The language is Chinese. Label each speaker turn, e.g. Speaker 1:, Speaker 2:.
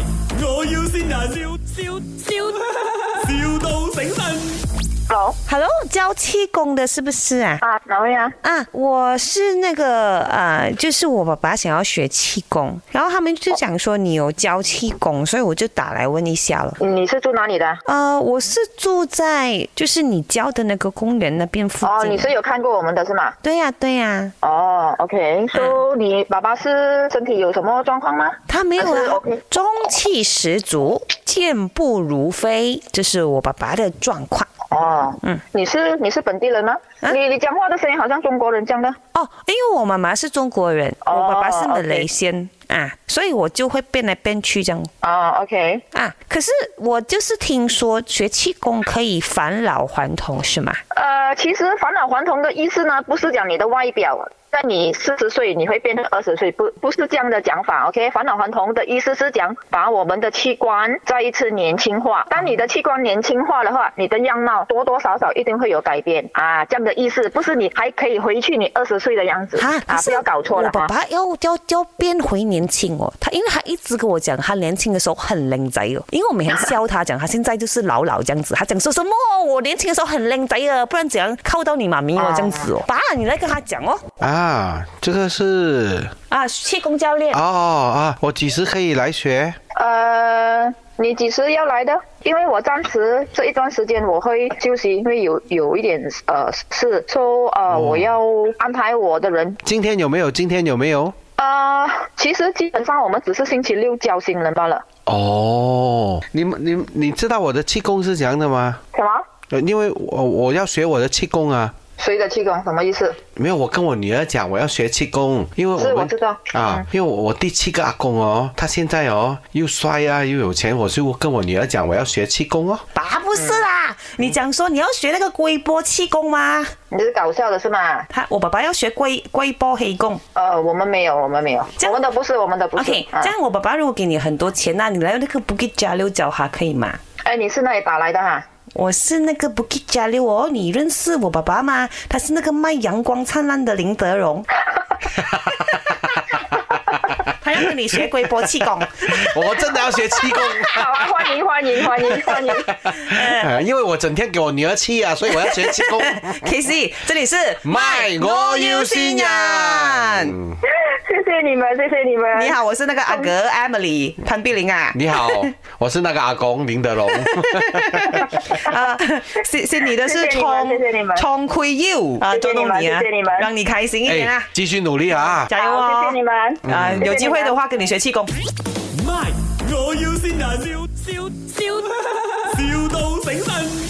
Speaker 1: 我要先人，笑笑笑，,笑到醒神。
Speaker 2: 老
Speaker 3: Hello，教气功的是不是啊？
Speaker 2: 哦啊，哪位啊？
Speaker 3: 啊，我是那个呃，就是我爸爸想要学气功，然后他们就讲说你有教气功，所以我就打来问一下了。
Speaker 2: 你是住哪里的？
Speaker 3: 呃，我是住在就是你教的那个公园那边附
Speaker 2: 哦，
Speaker 3: 近。
Speaker 2: 你是有看过我们的是吗？
Speaker 3: 对呀、对呀、
Speaker 2: 哦，OK，so
Speaker 3: 嗯
Speaker 2: 你爸爸是身体有什么状况吗？
Speaker 3: 他没有
Speaker 2: 但是
Speaker 3: 啊
Speaker 2: OK，
Speaker 3: 中气十足，健步如飞，这是我爸爸的状况。
Speaker 2: 哦，嗯，你是你是本地人吗？
Speaker 3: 啊
Speaker 2: 你你讲话的声音好像中国人这样的。
Speaker 3: 哦，因为我妈妈是中国人，
Speaker 2: 哦
Speaker 3: 我爸爸是马
Speaker 2: OK
Speaker 3: 来西亚啊，所以我就会变来变去这样
Speaker 2: 哦，OK，
Speaker 3: 啊。可是我就是听说学气功可以返老还童，是吗？
Speaker 2: 呃，其实返老还童的意思呢，不是讲你的外表，在你四十岁你会变成二十岁，不不是这样的讲法，OK？返老还童的意思是讲把我们的器官再一次年轻化。当你的器官年轻化的话，你的样貌多多少少一定会有改变啊，这样的意思，不是你还可以回去你二十岁的样子
Speaker 3: 啊，
Speaker 2: 啊
Speaker 3: 可，是
Speaker 2: 不要搞错了
Speaker 3: 我爸
Speaker 2: 哈。
Speaker 3: 爸要要要变回年轻哦，他因为他一直跟我讲，他年轻的时候很靓仔哦，因为我每天笑他讲，他现在就是老老这样子，他讲说什么我年轻的时候很靓仔啊，不然怎样靠到你妈咪哦这样
Speaker 2: 啊
Speaker 3: 子哦，爸你来跟他讲哦，
Speaker 4: 啊，这个是
Speaker 3: 啊气功教练
Speaker 4: 哦啊，我几时可以来学？
Speaker 2: 呃，你几时要来的？因为我暂时这一段时间我会休息，因为有有一点呃事，说呃、我要安排我的人。
Speaker 4: 今天有没有？今天有没有？
Speaker 2: 呃，其实基本上我们只是星期六教新人罢了。
Speaker 4: 哦，你们你你知道我的气功是怎样的吗？
Speaker 2: 什么？
Speaker 4: 呃因为我我要学我的气功啊。
Speaker 2: 谁的气功？什么意思？
Speaker 4: 没有，我跟我女儿讲我要学气功，因为我
Speaker 2: 是
Speaker 4: 们
Speaker 2: 我知道嗯
Speaker 4: 啊，因为我我第七个阿公哦，他现在哦又帅啊又有钱，我就跟我女儿讲我要学气功哦。
Speaker 3: 爸不是啦，你讲说你要学那个龟波气功吗？
Speaker 2: 你是搞笑的是吗？
Speaker 3: 他我爸爸要学龟龟波黑功。
Speaker 2: 呃，我们没有，我们没有，
Speaker 3: 这样
Speaker 2: 我们的不是，我们的不是。
Speaker 3: OK，
Speaker 2: 啊
Speaker 3: 这样我爸爸如果给你很多钱那你来那个 Bukit Jalil 教他可以吗？
Speaker 2: 哎、你是那里打来的哈？
Speaker 3: 我是那个 Bukit Jalil 哦，你认识我爸爸吗？他是那个卖阳光灿烂的林德荣。他要跟你学龟波气功，
Speaker 4: 我真的要学 气功，
Speaker 2: 好啊，欢迎欢迎欢迎 欢迎！嗯
Speaker 4: 啊因为我整天给我女儿气啊，所以我要学气功。
Speaker 3: k c 这里是
Speaker 4: 咪我要先人。
Speaker 2: 谢谢你们，谢谢你们。
Speaker 3: 你好，我是那个阿格 Emily 潘碧玲啊。
Speaker 4: 你好，我是那个阿公林德荣。
Speaker 3: 啊，是是你的是
Speaker 2: 谢谢你们
Speaker 3: 创
Speaker 2: 谢谢你们
Speaker 3: 创亏 you 啊，
Speaker 2: 谢谢
Speaker 3: 捉
Speaker 2: 你
Speaker 3: 弄
Speaker 2: 们
Speaker 3: 你啊，
Speaker 2: 谢谢你们
Speaker 3: 让你开心一点啊，
Speaker 4: 哎继续努力啊！
Speaker 3: 加油
Speaker 2: 好，谢
Speaker 3: 哦
Speaker 2: 谢！你们。
Speaker 3: 啊，有机会
Speaker 2: 谢谢你
Speaker 3: 的
Speaker 2: 们
Speaker 3: 话跟你学气功。
Speaker 1: My，我要先人，笑笑笑，,笑到醒神。